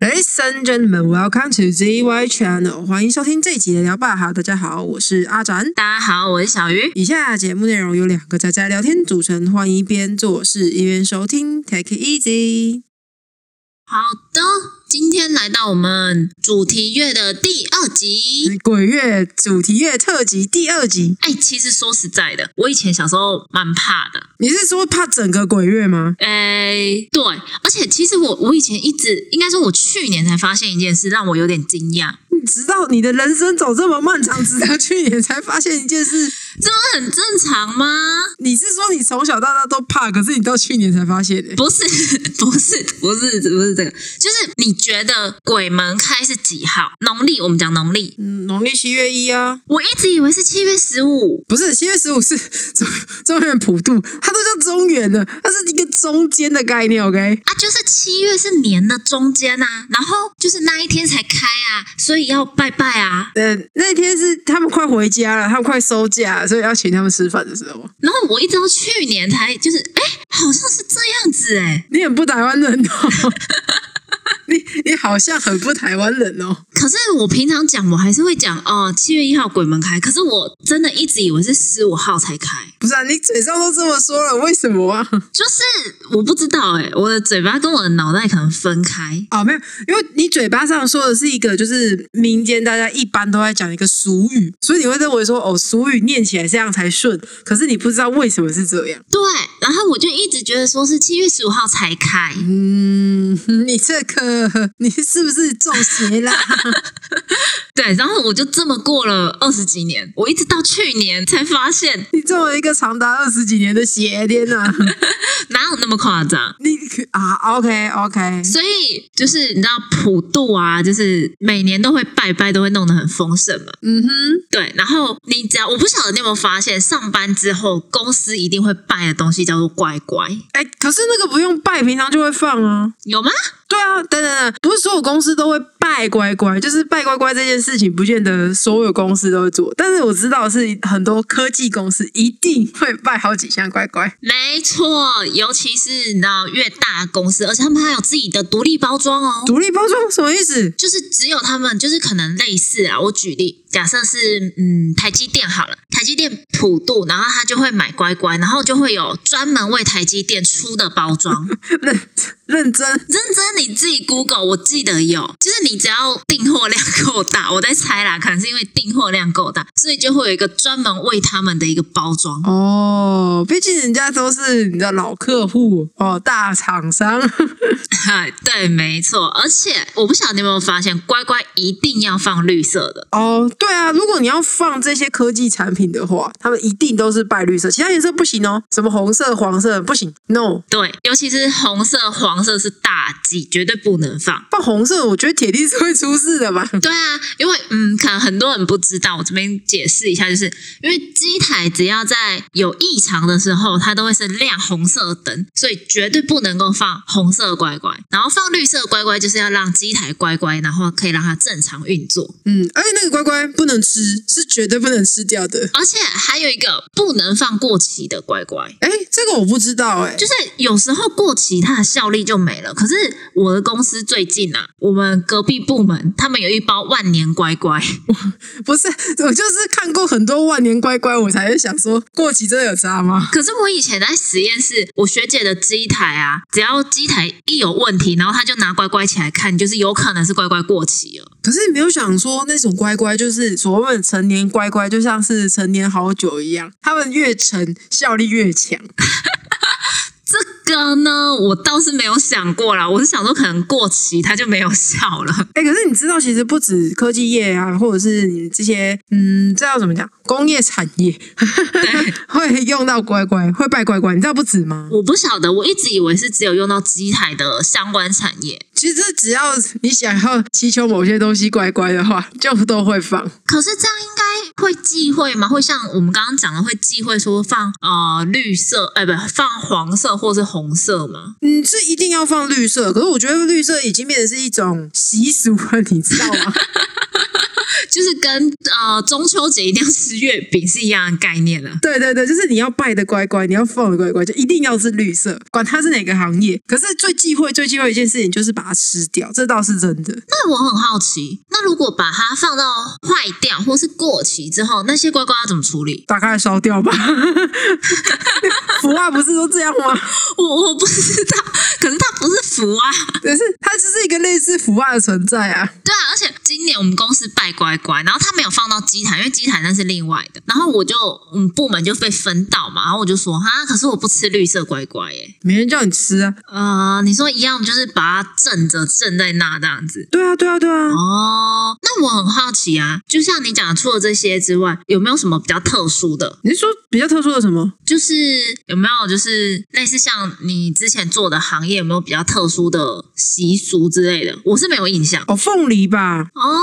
Ladies and gentlemen, welcome to ZY Channel，欢迎收听这一集的聊吧哈。大家好，我是阿展。大家好，我是小鱼。以下节目内容由两个仔仔聊天组成，欢迎一边做事一边收听，Take it easy。好的，今天来到我们主题月的第二集。鬼月主题月特辑第二集，哎，其实说实在的，我以前小时候蛮怕的。你是说怕整个鬼月吗？哎，对，而且其实我我以前一直，应该说我去年才发现一件事，让我有点惊讶，直到你的人生走这么漫长，直到去年才发现一件事，这不是很正常吗？你是说你从小到大都怕，可是你到去年才发现、欸？不是， 不是，不是，不是这个，就是你觉得鬼门开是几号？农历，我们讲农历，嗯，农历七月一啊，我一直以为是七月十五。不是七月十五是 中中原普渡，它都叫中原了，它是一个中间的概念，OK？啊，就是七月是年的中间呐、啊，然后就是那一天才开啊，所以要拜拜啊。嗯，那天是他们快回家了，他们快收假了，所以要请他们吃饭的时候，然后我一直到去年才就是，哎，好像是这样子哎。你很不台湾人哦， 你你好像很不台湾人哦，可是我平常讲我还是会讲哦，七月一号鬼门开，可是我真的一直以为是十五号才开，不是啊？你嘴上都这么说了，为什么啊？就是我不知道哎，我的嘴巴跟我的脑袋可能分开。哦，没有，因为你嘴巴上说的是一个，就是民间大家一般都在讲一个俗语，所以你会认为说，哦，俗语念起来这样才顺，可是你不知道为什么是这样。对，然后我就一直觉得说是七月十五号才开，嗯， 你这个你是不是中邪啦？ 对，然后我就这么过了二十几年，我一直到去年才发现，你中了一个长达二十几年的邪，天哪！ 哪有那么夸张？你啊，OK OK，所以就是你知道普渡啊，就是每年都会拜拜，都会弄得很丰盛嘛。嗯哼，对，然后你只要我不晓得你有没有发现，上班之后公司一定会拜的东西叫做乖乖，哎、可是那个不用拜，平常就会放啊。有吗？对啊，等等等，不是所有公司都会拜乖乖，就是拜乖乖这件事情，不见得所有公司都会做。但是我知道的是很多科技公司一定会拜好几箱乖乖。没错，尤其是你知道越大的公司，而且他们还有自己的独立包装哦。独立包装什么意思？就是只有他们，就是可能类似啊。我举例，假设是嗯台积电好了，台积电普渡，然后他就会买乖乖，然后就会有专门为台积电出的包装。认认真认真你自己 Google，我记得有，就是你只要订货量够大，我在猜啦，可能是因为订货量够大，所以就会有一个专门为他们的一个包装。 哦，毕竟人家都是你的老客户哦，大厂商。嗨，对，没错，而且我不晓得你有没有发现，乖乖一定要放绿色的。哦，对啊，如果你要放这些科技产品的话，他们一定都是拜绿色，其他颜色不行哦，什么红色、黄色不行，no。对，尤其是红色、黄色是大忌，绝对不能放。放红色，我觉得铁定是会出事的吧。对啊，因为嗯，可能很多人不知道，我这边解释一下，就是因为机台只要在有异常的时候，它都会是亮红色的灯，所以绝对不能够放红色乖乖，然后放绿色乖乖就是要让机台乖乖，然后可以让它正常运作。嗯，而且那个乖乖不能吃，是绝对不能吃掉的。而且还有一个不能放过期的乖乖，哎，这个我不知道哎、就是有时候过期它的效力就没了。可是我的公司最近啊，我们隔壁部门他们有一包万年乖乖，不是，我就是看过很多万年乖乖，我才会想说过期真的有渣吗？可是我以前在实验室，我学姐的机台啊，只要机台一有问题，然后她就拿乖乖起来看，就是有可能是乖乖过期哦了。可是你没有想说那种乖乖，就是所谓的成年乖乖，就像是成年好酒一样，他们越陈效力越强。这个呢，我倒是没有想过啦，我是想说可能过期它就没有效了。哎、可是你知道，其实不止科技业啊，或者是你这些嗯，这要怎么讲？工业产业 会用到乖乖，会拜乖乖，你知道不止吗？ 我不晓得，我一直以为是只有用到机台的相关产业，其实只要你想要祈求某些东西乖乖的话，就都会放。可是这样应该会忌讳吗？会像我们刚刚讲的，会忌讳说放呃绿色，哎、不放黄色或是红色吗？嗯，是一定要放绿色，可是我觉得绿色已经变成是一种习俗了，你知道吗？就是跟呃中秋节一定要吃月饼是一样的概念了。对对对，就是你要拜的乖乖，你要放的乖乖，就一定要是绿色，管它是哪个行业。可是最忌讳、最忌讳一件事情就是把它吃掉，这倒是真的。那我很好奇，那如果把它放到坏掉或是过期之后，那些乖乖要怎么处理？打开来烧 掉吧，福娃不是都这样吗？我我不知道， 可是它不是福啊，可是它就是一个类似福娃的存在啊。对啊，而且今年我们公司拜乖乖，然后他没有放到鸡坛，因为鸡坛那是另外的。然后我就我们部门就被分到嘛，然后我就说哈，可是我不吃绿色乖乖耶。没人叫你吃啊。呃，你说一样就是把它正着正在那这样子。对啊，对啊，对啊。哦，那我很好奇啊，就像你讲的，除了这些之外，有没有什么比较特殊的？你是说比较特殊的什么？就是有没有就是类似像你之前做的行业，有没有比较特殊的习俗之类的？我是没有印象。哦，凤梨吧，哦，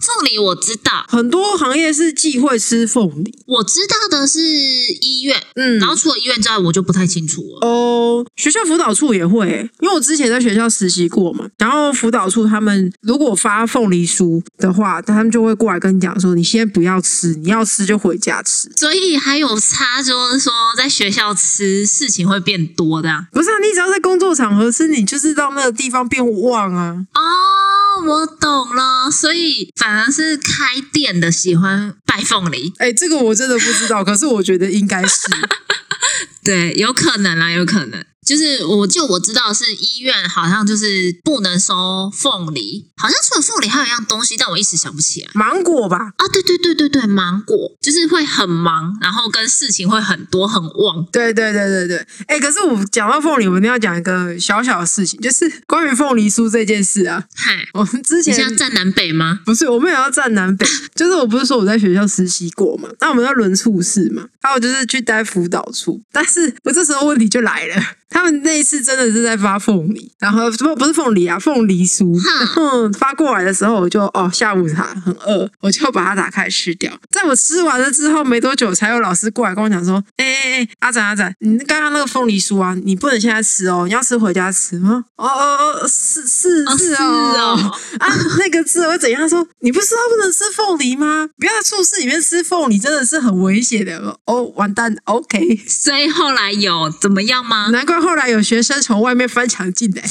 凤梨我知道，很多行业是忌讳吃凤梨。我知道的是医院，嗯然后除了医院之外，我就不太清楚了。哦，学校辅导处也会、欸因为我之前在学校实习过嘛，然后辅导处他们如果发凤梨酥的话，他们就会过来跟你讲说，你先不要吃，你要吃就回家吃。所以还有差，就是说在学校吃事情会变多这样。不是啊，你只要在工作场合吃，你就是让那个地方变旺啊。哦，我懂了，所以反而是开店的喜欢拜凤梨，哎，这个我真的不知道，可是我觉得应该是。对，有可能啦，有可能。就是我就我知道是医院好像就是不能收凤梨，好像除了凤梨还有一样东西，但我一时想不起来。芒果吧，啊，对对对对对，芒果就是会很忙，然后跟事情会很多很旺。对对对对对，哎、可是我讲到凤梨，我一定要讲一个小小的事情，就是关于凤梨酥这件事啊。嗨，我们之你前现在站南北吗？不是，我们也要站南北，就是我不是说我在学校实习过嘛，那我们要轮处室嘛，还有就是去待辅导处，但是我这时候问题就来了，他们那一次真的是在发凤梨，然后不不是凤梨啊，凤梨酥，哈然后发过来的时候我就哦下午茶很饿，我就把它打开吃掉，在我吃完了之后没多久，才有老师过来跟我讲说，哎哎哎，阿展阿展，你刚刚那个凤梨酥啊，你不能现在吃哦，你要吃回家吃吗？哦哦哦，是是哦是是哦哦。 啊，那个字会怎样？他说你不是说不能吃凤梨吗？不要在处室里面吃凤梨，真的是很危险的哦。完蛋，OK， 所以后来有怎么样吗？难怪后来有学生从外面翻墙进来。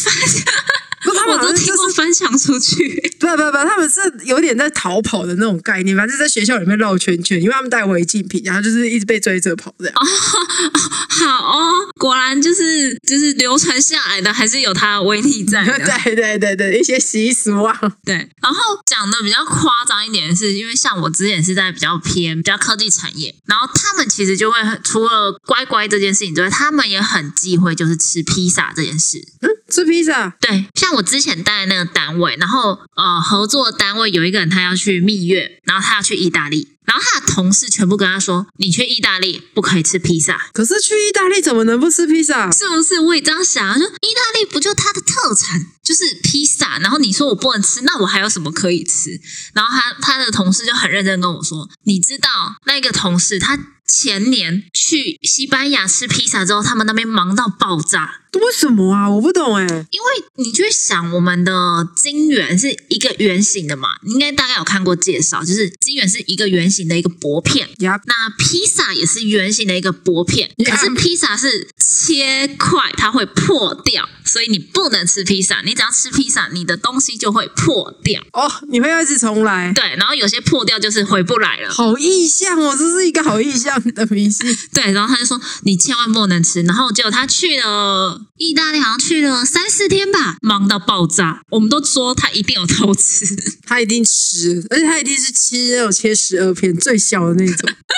不，他们我好都像就听是过翻墙出去。不不不，他们是有点在逃跑的那种概念，反正在学校里面绕圈圈，因为他们带违禁品，然后就是一直被追着跑这样。哦好哦，果然就是就是流传下来的，还是有它的威力在的。 对对对对，一些习俗啊，对，然后讲的比较夸张一点的是，因为像我之前是在比较偏比较科技产业，然后他们其实就会很除了乖乖这件事情之外，他们也很忌讳就是吃披萨这件事。嗯，吃披萨，对，像我之前带的那个单位，然后呃，合作单位有一个人他要去蜜月，然后他要去意大利，然后他的同事全部跟他说：“你去意大利不可以吃披萨。”可是去意大利怎么能不吃披萨？是不是？我也这样想啊，说意大利不就它的特产就是披萨，然后你说我不能吃，那我还有什么可以吃？然后他他的同事就很认真跟我说，你知道那个同事他前年去西班牙吃披萨之后，他们那边忙到爆炸，为什么啊？我不懂哎、因为你去想，我们的金圆是一个圆形的嘛，你应该大概有看过介绍，就是金圆是一个圆形的一个薄片。呀，那披萨也是圆形的一个薄片，可是披萨是切块，它会破掉，所以你不能吃披萨。你只要吃披萨，你的东西就会破掉。哦，你会要一直重来？对，然后有些破掉就是回不来了。好意向哦，这是一个好意向的迷信。对，然后他就说你千万不能吃。然后结果他去了意大利，好像去了三四天吧，忙到爆炸。我们都说他一定有偷吃。他一定吃，而且他一定是吃那种切十二片最小的那种。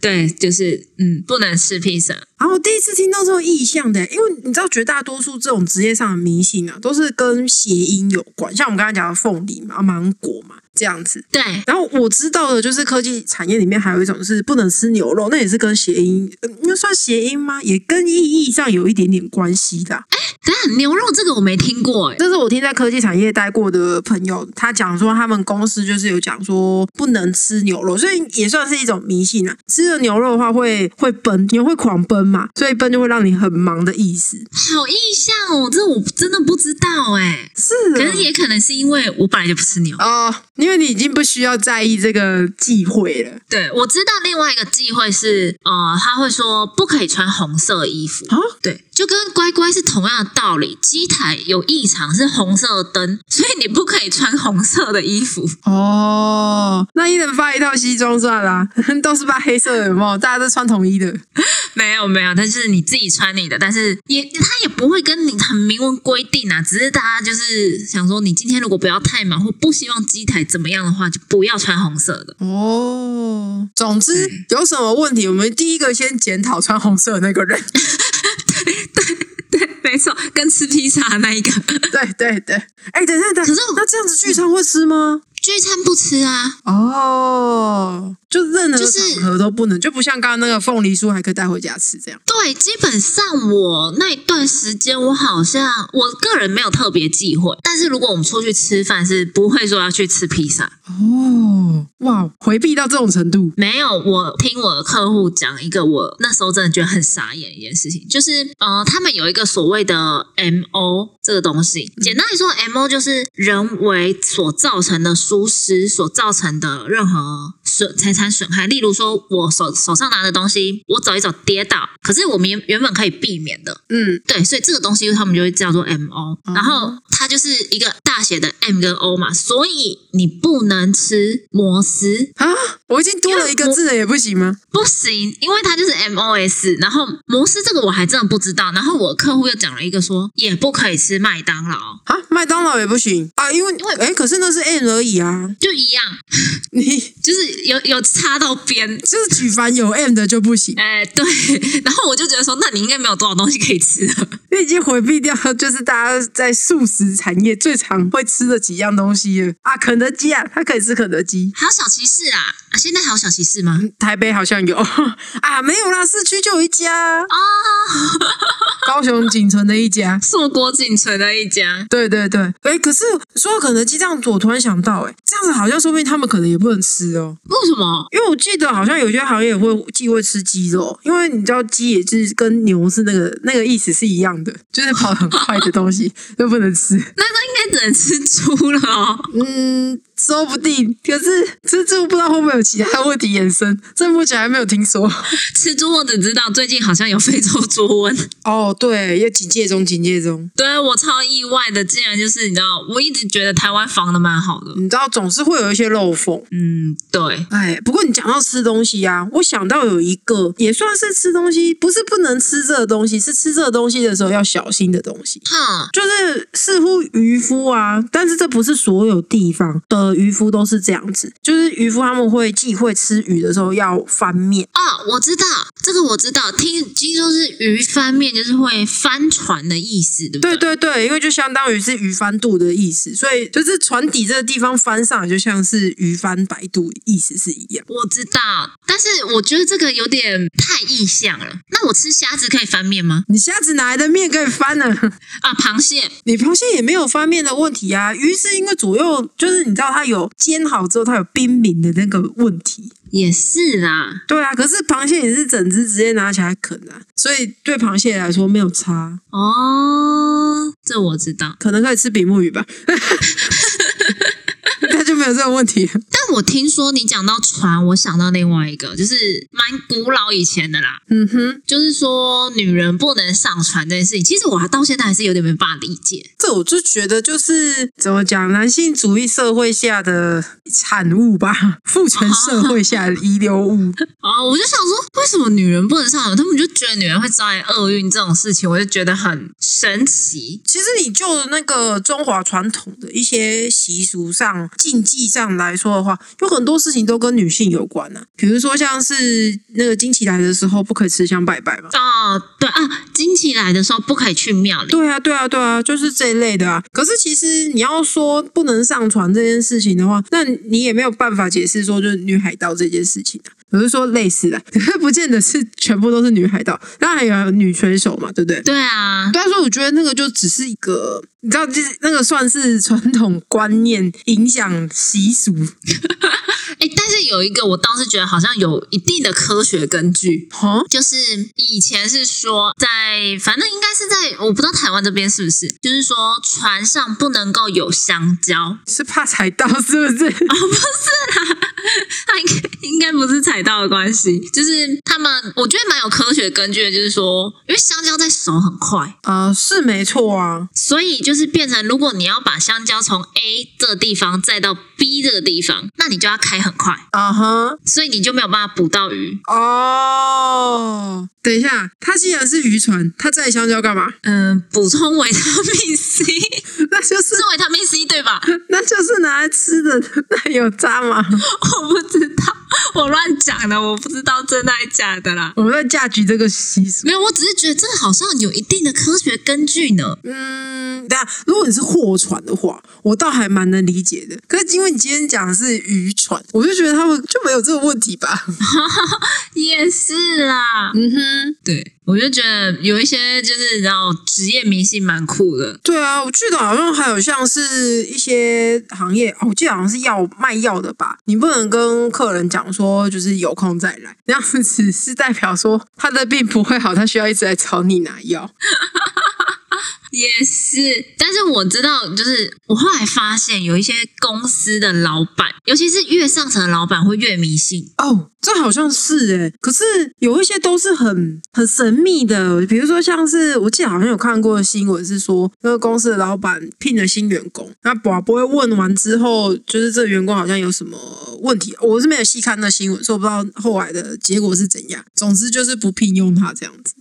对，就是嗯，不能吃披萨。然后我第一次听到这种意向的，因为你知道绝大多数这种职业上的迷信啊，都是跟谐音有关，像我们刚才讲的凤梨嘛、芒果嘛这样子。对，然后我知道的就是科技产业里面还有一种是不能吃牛肉，那也是跟谐音，呃那、算谐音吗？也跟意义上有一点点关系的啊、等一下牛肉这个我没听过哎、但是我听在科技产业待过的朋友，他讲说他们公司就是有讲说不能吃牛肉，所以也算是一种迷信啊。吃了牛肉的话会会奔，你会狂奔嘛，所以奔就会让你很忙的意思。好印象哦，这我真的不知道哎、是啊可是也可能是因为我本来就不吃牛，啊、因因为你已经不需要在意这个忌讳了对，我知道另外一个忌讳是，呃，他会说不可以穿红色衣服。啊。对，就跟乖乖是同样的道理。机台有异常是红色灯，所以你不可以穿红色的衣服。哦，那一人发一套西装算啦、 都是发黑色的，有没有？大家都穿统一的。没有没有，但是你自己穿你的，但是也他也不会跟你很明文规定啊，只是大家就是想说，你今天如果不要太忙或不希望机台怎么样的话，就不要穿红色的。哦，总之有什么问题，我们第一个先检讨穿红色的那个人。 对，没错，跟吃披萨的那一个 对对对，哎、等一下等一下，可是我那这样子聚餐会吃吗？ 聚餐不吃啊，哦，就任何就是场合都不能，就不像刚刚那个凤梨酥还可以带回家吃这样。对，基本上我那一段时间，我好像我个人没有特别忌讳，但是如果我们出去吃饭，是不会说要去吃披萨。哦，哇，回避到这种程度，没有，我听我的客户讲一个我那时候真的觉得很傻眼的一件事情，就是呃，他们有一个所谓的 MO 这个东西，简单来说，MO 就是人为所造成的疏失所造成的任何损财产损害，例如说我手手上拿的东西，我走一走跌倒，可是我们原原本可以避免的，嗯，对，所以这个东西他们就会叫做 MO，、然后它就是一个大写的 M 跟 O 嘛，所以你不能吃摩斯，啊，我已经多了一个字了，也不行吗？不行，因为它就是 MOS。然后摩斯这个我还真的不知道，然后我客户又讲了一个说也不可以吃麦当劳，啊，麦当劳也不行啊，因为因为哎、可是那是 N 而已啊，就一样，你就是有有插到边。就是举凡有 M 的就不行，哎，对， 然后我就觉得说，那你应该没有多少东西可以吃了。你已经回避掉就是大家在素食产业最常会吃的几样东西了啊，肯德基啊，它可以吃肯德基。还有小骑士啊，啊现在还有小骑士吗？台北好像有 啊，没有啦，市区就有一家，啊、高雄仅存的一家。硕果仅存的一家。对对对，哎、可是说到肯德基这样子，我突然想到、诶哎，这样子好像说不定他们可能也不能吃哦，为什么？因为我记得好像有些行业也会忌讳吃鸡肉，因为你知道鸡也是跟牛是那个那个意思是一样的，就是跑得很快的东西 都不能吃。那那应该只能吃猪了哦。嗯，说不定，可是吃猪不知道会不会有其他问题衍生，这目前还没有听说。吃猪我只知道最近好像有非洲猪瘟， 哦，对，要警戒中，警戒中。对我超意外的，竟然就是你知道，我一直觉得台湾防的蛮好的。你知道总是会有一些漏缝。嗯，对，哎，不过你讲到吃东西啊，我想到有一个也算是吃东西，不是不能吃这个东西，是吃这个东西的时候要小心的东西。哈，就是似乎渔夫啊，但是这不是所有地方的渔夫都是这样子，就是渔夫他们会忌讳吃鱼的时候要翻面。哦，我知道这个，我知道，听听说是鱼翻面，就是会翻船的意思，对不对对？对对，因为就相当于是鱼翻肚的意思，所以就是船底这个地方翻上来，就像是鱼翻白肚意思是一样。我知道，但是我觉得这个有点太意象了。那我吃虾子可以翻面吗？你下次哪来的面可以翻呢、啊，螃蟹你螃蟹也没有翻面的问题啊，鱼是因为左右就是你知道它有煎好之后它有冰淋的那个问题。也是啦。对啊，可是螃蟹也是整只直接拿起来啃啊，所以对螃蟹来说没有差，哦，这我知道。可能可以吃比目鱼吧， 它就没有这个问题了。但我听说你讲到船，我想到另外一个，就是蛮古老以前的啦，嗯哼，就是说女人不能上船这件事情。其实我还到现在还是有点没办法理解。这我就觉得就是怎么讲，男性主义社会下的产物吧，父权社会下的遗留物。哦，我就想说，为什么女人不能上船？他们就觉得女人会招来厄运这种事情，我就觉得很神奇。其实你就那个中华传统的一些习俗上、禁忌上来说的话，有很多事情都跟女性有关啊。比如说像是那个经期来的时候不可以吃香拜拜嘛。哦，对啊，经期来的时候不可以去庙里。对啊，对啊，对啊，就是这一类的啊。可是其实你要说不能上船这件事情的话，那你也没有办法解释说就是女海盗这件事情啊。我是说类似的， 可是不见得是全部都是女海盗，当然还有女水手嘛，对不对？对啊，但是我觉得那个就只是一个，你知道，就是那个算是传统观念影响习俗。哎，但是有一个我倒是觉得好像有一定的科学根据，哈，就是以前是说在，反正应该是在，我不知道台湾这边是不是，就是说船上不能够有香蕉， 哦是怕踩到是不是？ 它啊应该应该不是踩到的关系，就是他们我觉得蛮有科学根据的，就是说，因为香蕉在熟很快，呃，是没错啊。所以就是变成如果你要把香蕉从 A 这个地方再到 B 这个地方，那你就要开很快，啊哈，所以你就没有办法捕到鱼。哦，等一下，它既然是渔船，它载香蕉干嘛？ 嗯、补充维他命 C 是那就是维他命 C 对吧？那就是拿来吃的，那有渣吗？我不知道，我乱讲的，我不知道真的还假的啦。我们在嫁娶这个习俗。没有，我只是觉得这个好像有一定的科学根据呢。嗯，等一下，如果你是货船的话，我倒还蛮能理解的。可是因为你今天讲的是渔船，我就觉得他们就没有这个问题吧。也是啦，嗯哼，对，我就觉得有一些就是然后职业迷信蛮酷的。对啊，我记得好像还有像是一些行业，哦我记得好像是药卖药的吧。你不能跟客人讲说就是有空再来，那样子只是代表说他的病不会好，他需要一直来找你拿药。也是，但是我知道，就是我后来发现有一些公司的老板，尤其是越上层的老板会越迷信。哦，这好像是诶，可是有一些都是很很神秘的，比如说像是我记得好像有看过的新闻是说，那个公司的老板聘了新员工，那宝宝会问完之后，就是这个员工好像有什么问题，我是没有细看那新闻，所以我不知道后来的结果是怎样。总之就是不聘用他这样子。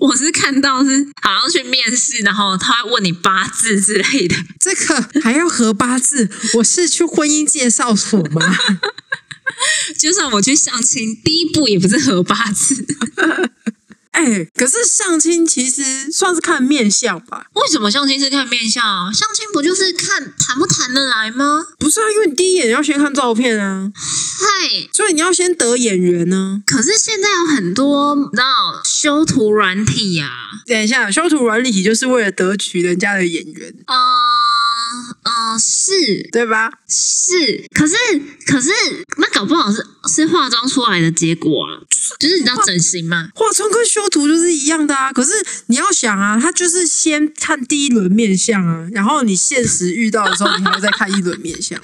我是看到是好像去面试，然后他会问你八字之类的，这个还要合八字，我是去婚姻介绍所吗？ 就算我去相亲，第一步也不是合八字。哎、可是相亲其实算是看面相吧，为什么相亲是看面相啊？相亲不就是看谈不谈得来吗？不是啊？因为你第一眼要先看照片啊。嗨，所以你要先得演员呢、可是现在有很多你知道修图软体啊呀、等一下，修图软体就是为了得取人家的演员，啊，呃呃是对吧？是，可是可是那搞不好是是化妆出来的结果啊，就是你知道整形嘛。化妆跟修图就是一样的啊。可是你要想啊，他就是先看第一轮面相啊，然后你现实遇到的时候，你还要再看一轮面相。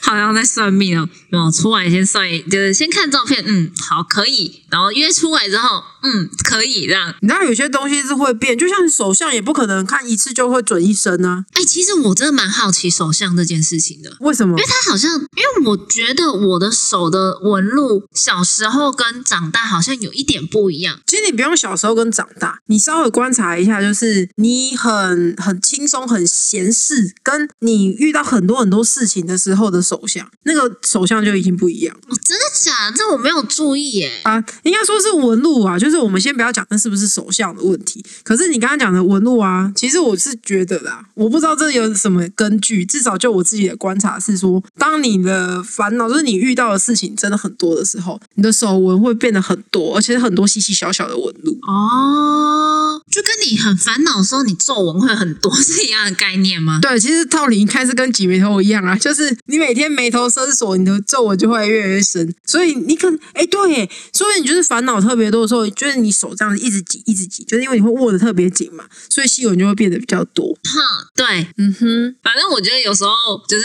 好像在算命哦，哦，出来先算一，就是先看照片，嗯，好可以，然后约出来之后，嗯，可以这样。你知道有些东西是会变，就像手相也不可能看一次就会准一生啊。哎、其实我真的蛮好奇手相这件事情的，为什么因为？它好像，因为我觉得我的手的纹路，小时候跟长大好像有一点不一样。其实你不用小时候跟长大，你稍微观察一下，就是你很很轻松、很闲适，跟你遇到很多很多事情的时候的手相，那个手相就已经不一样了。哦、真的假的？这我没有注意耶。啊，应该说是纹路啊，就是我们先不要讲那是不是手相的问题。可是你刚刚讲的纹路啊，其实我是觉得啦，我不知道这有什么根据，至少就我自己的观察是说，当你的烦恼就是你遇到的事情真的很多的时候，你的手纹会变得很多，而且是很多细细小小的纹路。哦，就跟你很烦恼的时候，你皱纹会很多是一样的概念吗？对，其实道理应该是跟挤眉头一样啊， 就是你每天眉头深锁，你的皱纹就会越来越深，所以你可能哎，对耶，所以你就是烦恼特别多的时候，就是你手这样子一直挤，一直挤，就是因为你会握得特别紧嘛，所以细纹就会变得比较多。哼，对，嗯哼，反正我觉得有时候就是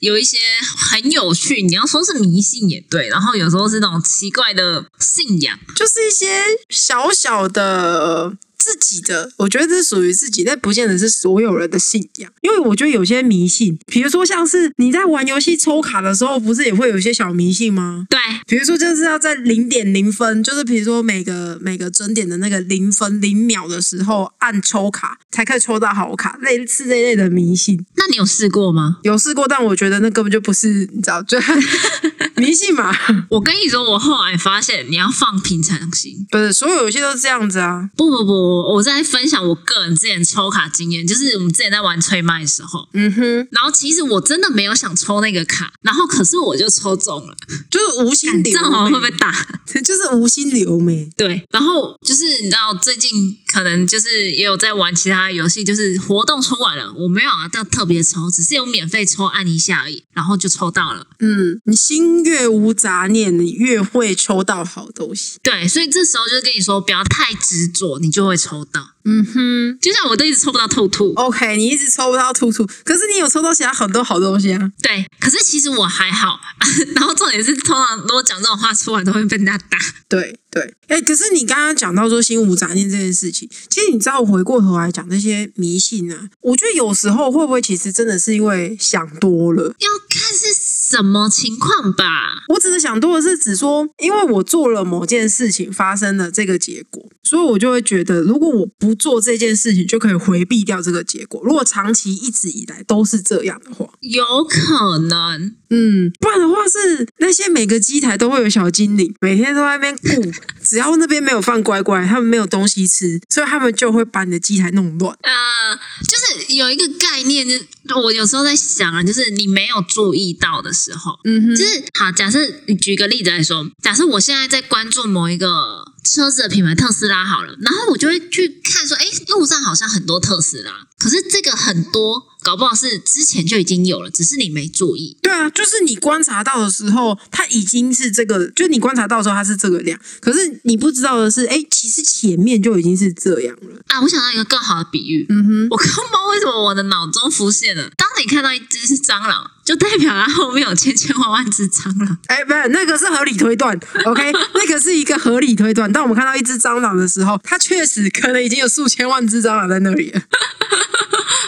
有一些很有趣，你要说是迷信也对，然后有时候是那种奇怪的信仰。就是一些小小的。呃自己的，我觉得这属于自己，但不见得是所有人的信仰。因为我觉得有些迷信，比如说像是你在玩游戏抽卡的时候，不是也会有一些小迷信吗？对，比如说就是要在零点零分，就是比如说每个每个整点的那个零分零秒的时候按抽卡才可以抽到好卡，类似这类的迷信那你有试过吗？有试过，但我觉得那根本就不是你知道， 就迷信嘛，我跟你说，我后来发现你要放平常心。不是所有游戏都是这样子啊。不不不，我在分享我个人之前抽卡经验，就是我们之前在玩催麦的时候，嗯哼，然后其实我真的没有想抽那个卡，然后可是我就抽中了，就是无心这流样好像啊会妹，被打。 就是无心流妹。对，然后就是你知道，最近可能就是也有在玩其他游戏，就是活动抽完了，我没有啊，到特别抽，只是有免费抽按一下而已，然后就抽到了。嗯，你心越无杂念，你越会抽到好东西。对，所以这时候就是跟你说，不要太执着，你就会抽到。嗯哼就像我都一直抽不到兔兔， ，OK，你一直抽不到兔兔，可是你有抽到其他很多好东西啊。对，可是其实我还好。 然后重点是，通常如果讲这种话出来，都会被人家打。对对，哎，可是你刚刚讲到说心无杂念这件事情，其实你知道，我回过头来讲这些迷信啊，我觉得有时候会不会其实真的是因为想多了。要看是什么情况吧。我只是想多的是指说，因为我做了某件事情发生了这个结果，所以我就会觉得，如果我不做这件事情，就可以回避掉这个结果。如果长期一直以来都是这样的话，有可能，嗯，不然的话是那些每个机台都会有小精灵，每天都在那边顾，只要那边没有放乖乖，他们没有东西吃，所以他们就会把你的机台弄乱。呃，就是有一个概念，就是我有时候在想啊，就是你没有注意到的时候，嗯哼就是好，假设你举个例子来说，假设我现在在关注某一个车子的品牌特斯拉好了，然后我就会去看说，哎，路上好像很多特斯拉，可是这个很多，搞不好是之前就已经有了，只是你没注意。对啊，就是你观察到的时候，它已经是这个，就你观察到的时候它是这个量，可是你不知道的是，哎，其实前面就已经是这样了。啊，我想到一个更好的比喻，嗯哼，我根本不知道为什么我的脑中浮现了，当你看到一只是蟑螂，就代表它后面有千千万万只蟑螂。哎，不是，那个是合理推断，OK，那个是一个合理推断。当我们看到一只蟑螂的时候，它确实可能已经有数千万只蟑螂在那里了。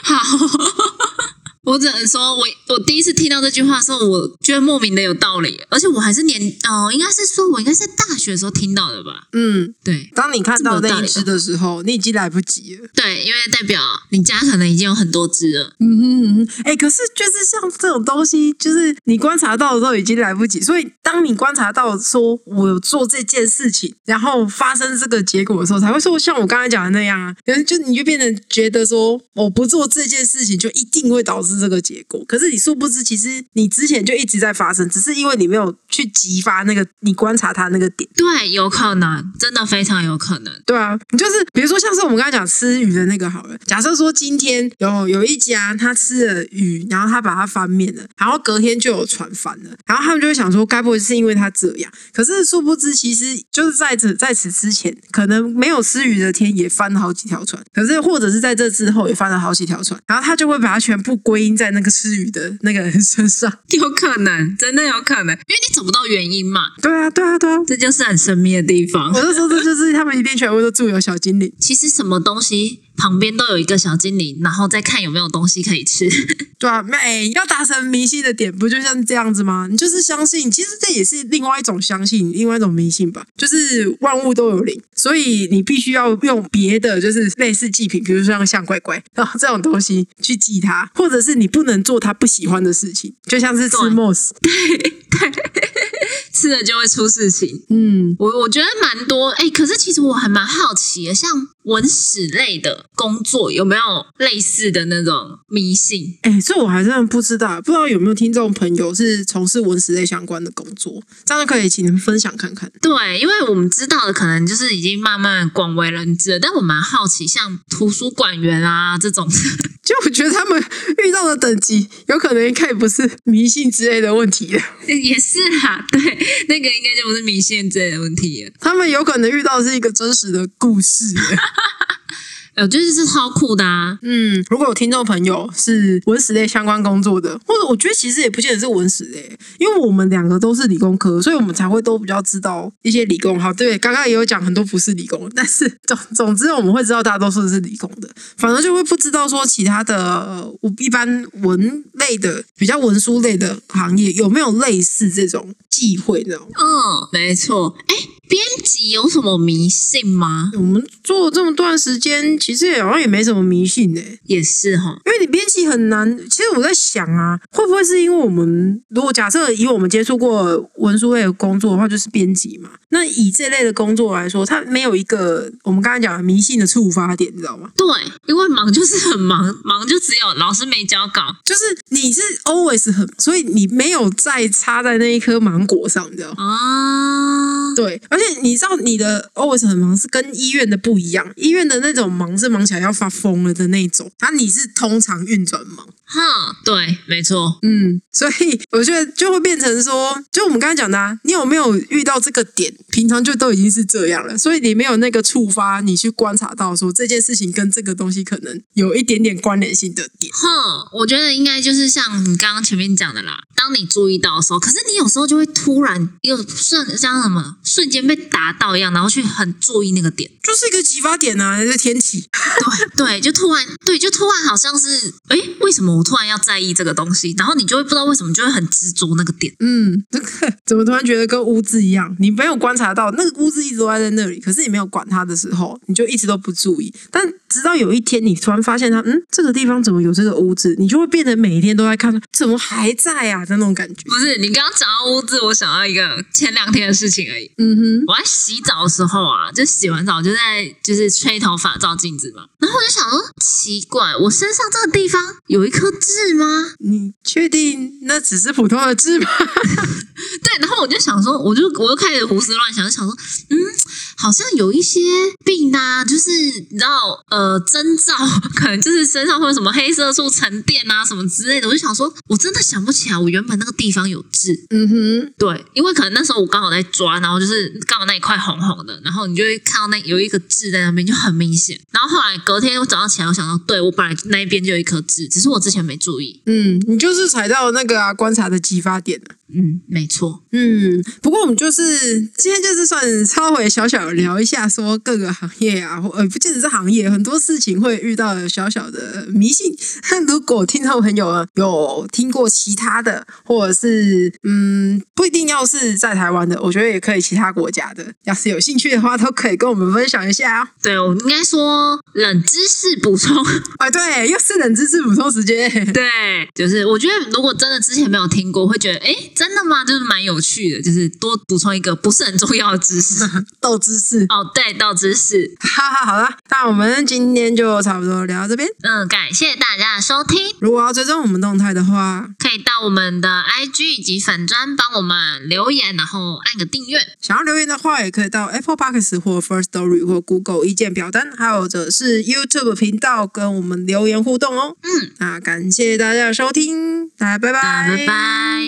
好，我只能说我我第一次听到这句话的时候，我觉得莫名的有道理，而且我还是年哦、应该是说我应该是在大学的时候听到的吧？嗯，对当你看到这么有道那理一只的时候，你已经来不及了。对，因为代表你家可能已经有很多只了。嗯嗯，哎、可是就是像这种东西，就是你观察到的时候已经来不及，所以当你观察到说我有做这件事情，然后发生这个结果的时候，才会说像我刚才讲的那样啊，然后就你就变成觉得说我不做这件事情就一定会导致这个结果，可是你殊不知其实你之前就一直在发生，只是因为你没有去激发那个你观察它那个点。对，有可能，真的非常有可能。对啊，你就是比如说像是我们刚才讲吃鱼的那个好了，假设说今天有有一家他吃了鱼，然后他把它翻面了，然后隔天就有船翻了，然后他们就会想说，该不会是因为他这样？可是殊不知，其实就是在此在此之前，可能没有吃鱼的天也翻了好几条船，可是或者是在这之后也翻了好几条船，然后他就会把它全部归因在那个吃鱼的那个人身上。 有可能，真的有可能，因为你找不到原因嘛，对啊，对啊，对啊。这就是很神秘的地方我。就说这就是他们一定全部都住有小精灵，其实什么东西旁边都有一个小精灵，然后再看有没有东西可以吃。 对啊，那、哎，要达成迷信的点，不就像这样子吗？你就是相信，其实这也是另外一种相信，另外一种迷信吧。就是万物都有灵，所以你必须要用别的，就是类似祭品，比如说像像乖乖然后这种东西去祭它，或者是你不能做他不喜欢的事情，就像是吃对 moss。吃了就会出事情。嗯，我我觉得蛮多哎、可是其实我还蛮好奇的，像文史类的工作有没有类似的那种迷信？哎、这我还真的不知道，不知道有没有听众朋友是从事文史类相关的工作，这样就可以请你们分享看看。对，因为我们知道的可能就是已经慢慢广为人知了，但我蛮好奇，像图书馆员啊这种，就我觉得他们遇到的等级，有可能应该也不是迷信之类的问题了。 也是啦，对，那个应该就不是迷信之类的问题了。他们有可能遇到的是一个真实的故事。呃，就是是超酷的啊，嗯，如果有听众朋友是文史类相关工作的，或者我觉得其实也不见得是文史类，因为我们两个都是理工科，所以我们才会都比较知道一些理工。好，对，刚刚也有讲很多不是理工，但是总总之我们会知道大多数是理工的，反而就会不知道说其他的呃我一般文类的比较文书类的行业有没有类似这种忌讳那种。嗯，没错。哎，编辑有什么迷信吗？我们做这么段时间，其实也好像也没什么迷信呢、也是哈，因为你编辑很难，其实我在想啊，会不会是因为我们如果假设以我们接触过文书类的工作的话，就是编辑嘛。那以这类的工作来说，它没有一个我们刚才讲的迷信的触发点，你知道吗？对，因为忙就是很忙， 忙就只有老师没交稿就是你是 always 很，所以你没有再插在那一颗芒果上，你知道吗？啊。对，而且你知道你的 always 很忙是跟医院的不一样，医院的那种忙是忙起来要发疯了的那种，啊，你是通常运转忙。哈，对，没错，嗯，所以我觉得就会变成说，就我们刚才讲的、啊，你有没有遇到这个点？平常就都已经是这样了，所以你没有那个触发，你去观察到说这件事情跟这个东西可能有一点点关联性的点。哼，我觉得应该就是像你刚刚前面讲的啦。当你注意到的时候，可是你有时候就会突然又瞬像什么瞬间被打到一样，然后去很注意那个点。就是一个激发点啊，就是天气， 对，就突然对，就突然好像是哎，诶为什么我突然要在意这个东西？然后你就会不知道为什么，就会很执着那个点。嗯，这个 怎么突然觉得跟污渍一样？你没有观察到那个污渍一直都在那里，可是你没有管它的时候，你就一直都不注意。但直到有一天，你突然发现它，嗯，这个地方怎么有这个污渍？你就会变得每一天都在看，怎么还在啊？的那种感觉。不是你刚刚讲到污渍，我想到一个前两天的事情而已。嗯哼，我在洗澡的时候啊，就洗完澡就在就是吹头发照镜子嘛，然后我就想说，奇怪，我身上这个地方有一颗痣吗？你确定那只是普通的痣吗？对，然后我就想说，我就我就开始胡思乱想，就想说，嗯，好像有一些病啊，就是你知道，呃，征兆可能就是身上会有什么黑色素沉淀啊，什么之类的。我就想说，我真的想不起来我原本那个地方有痣。嗯哼，对，因为可能那时候我刚好在抓，然后就是刚好那一块红红的，然后你就会看到那有一个痣在那边，就很明显。然后后来隔天我早上起来，我想到，对我本来那一边就有一颗痣，只是我之前没注意。嗯，你就是踩到那个啊观察的激发点了。嗯，没错。嗯，不过我们就是今天就是算稍微小小地聊一下，说各个行业啊，或呃不仅仅是行业，很多事情会遇到的小小的迷信。 如果听众朋友啊有听过其他的，或者是嗯不一定要是在台湾的，我觉得也可以其他国家的，要是有兴趣的话，都可以跟我们分享一下啊。对，我应该说冷知识补充。 啊，对，又是冷知识补充时间。对，就是我觉得如果真的之前没有听过，会觉得诶，真的吗？就是蛮有趣的，就是多补充一个不是很重要的知识。 斗知识。哦，对，到知识。哈哈，好了，那我们今天就差不多聊到这边。嗯，感谢大家的收听，如果要追踪我们动态的话，可以到我们的 IG 以及粉专帮我们留言，然后按个订阅。想要留言的话，也可以到 Apple Podcast 或 First Story 或 Google 意见表单，还有者是 YouTube 频道跟我们留言互动哦。嗯，那感谢大家的收听，大家拜拜，拜拜。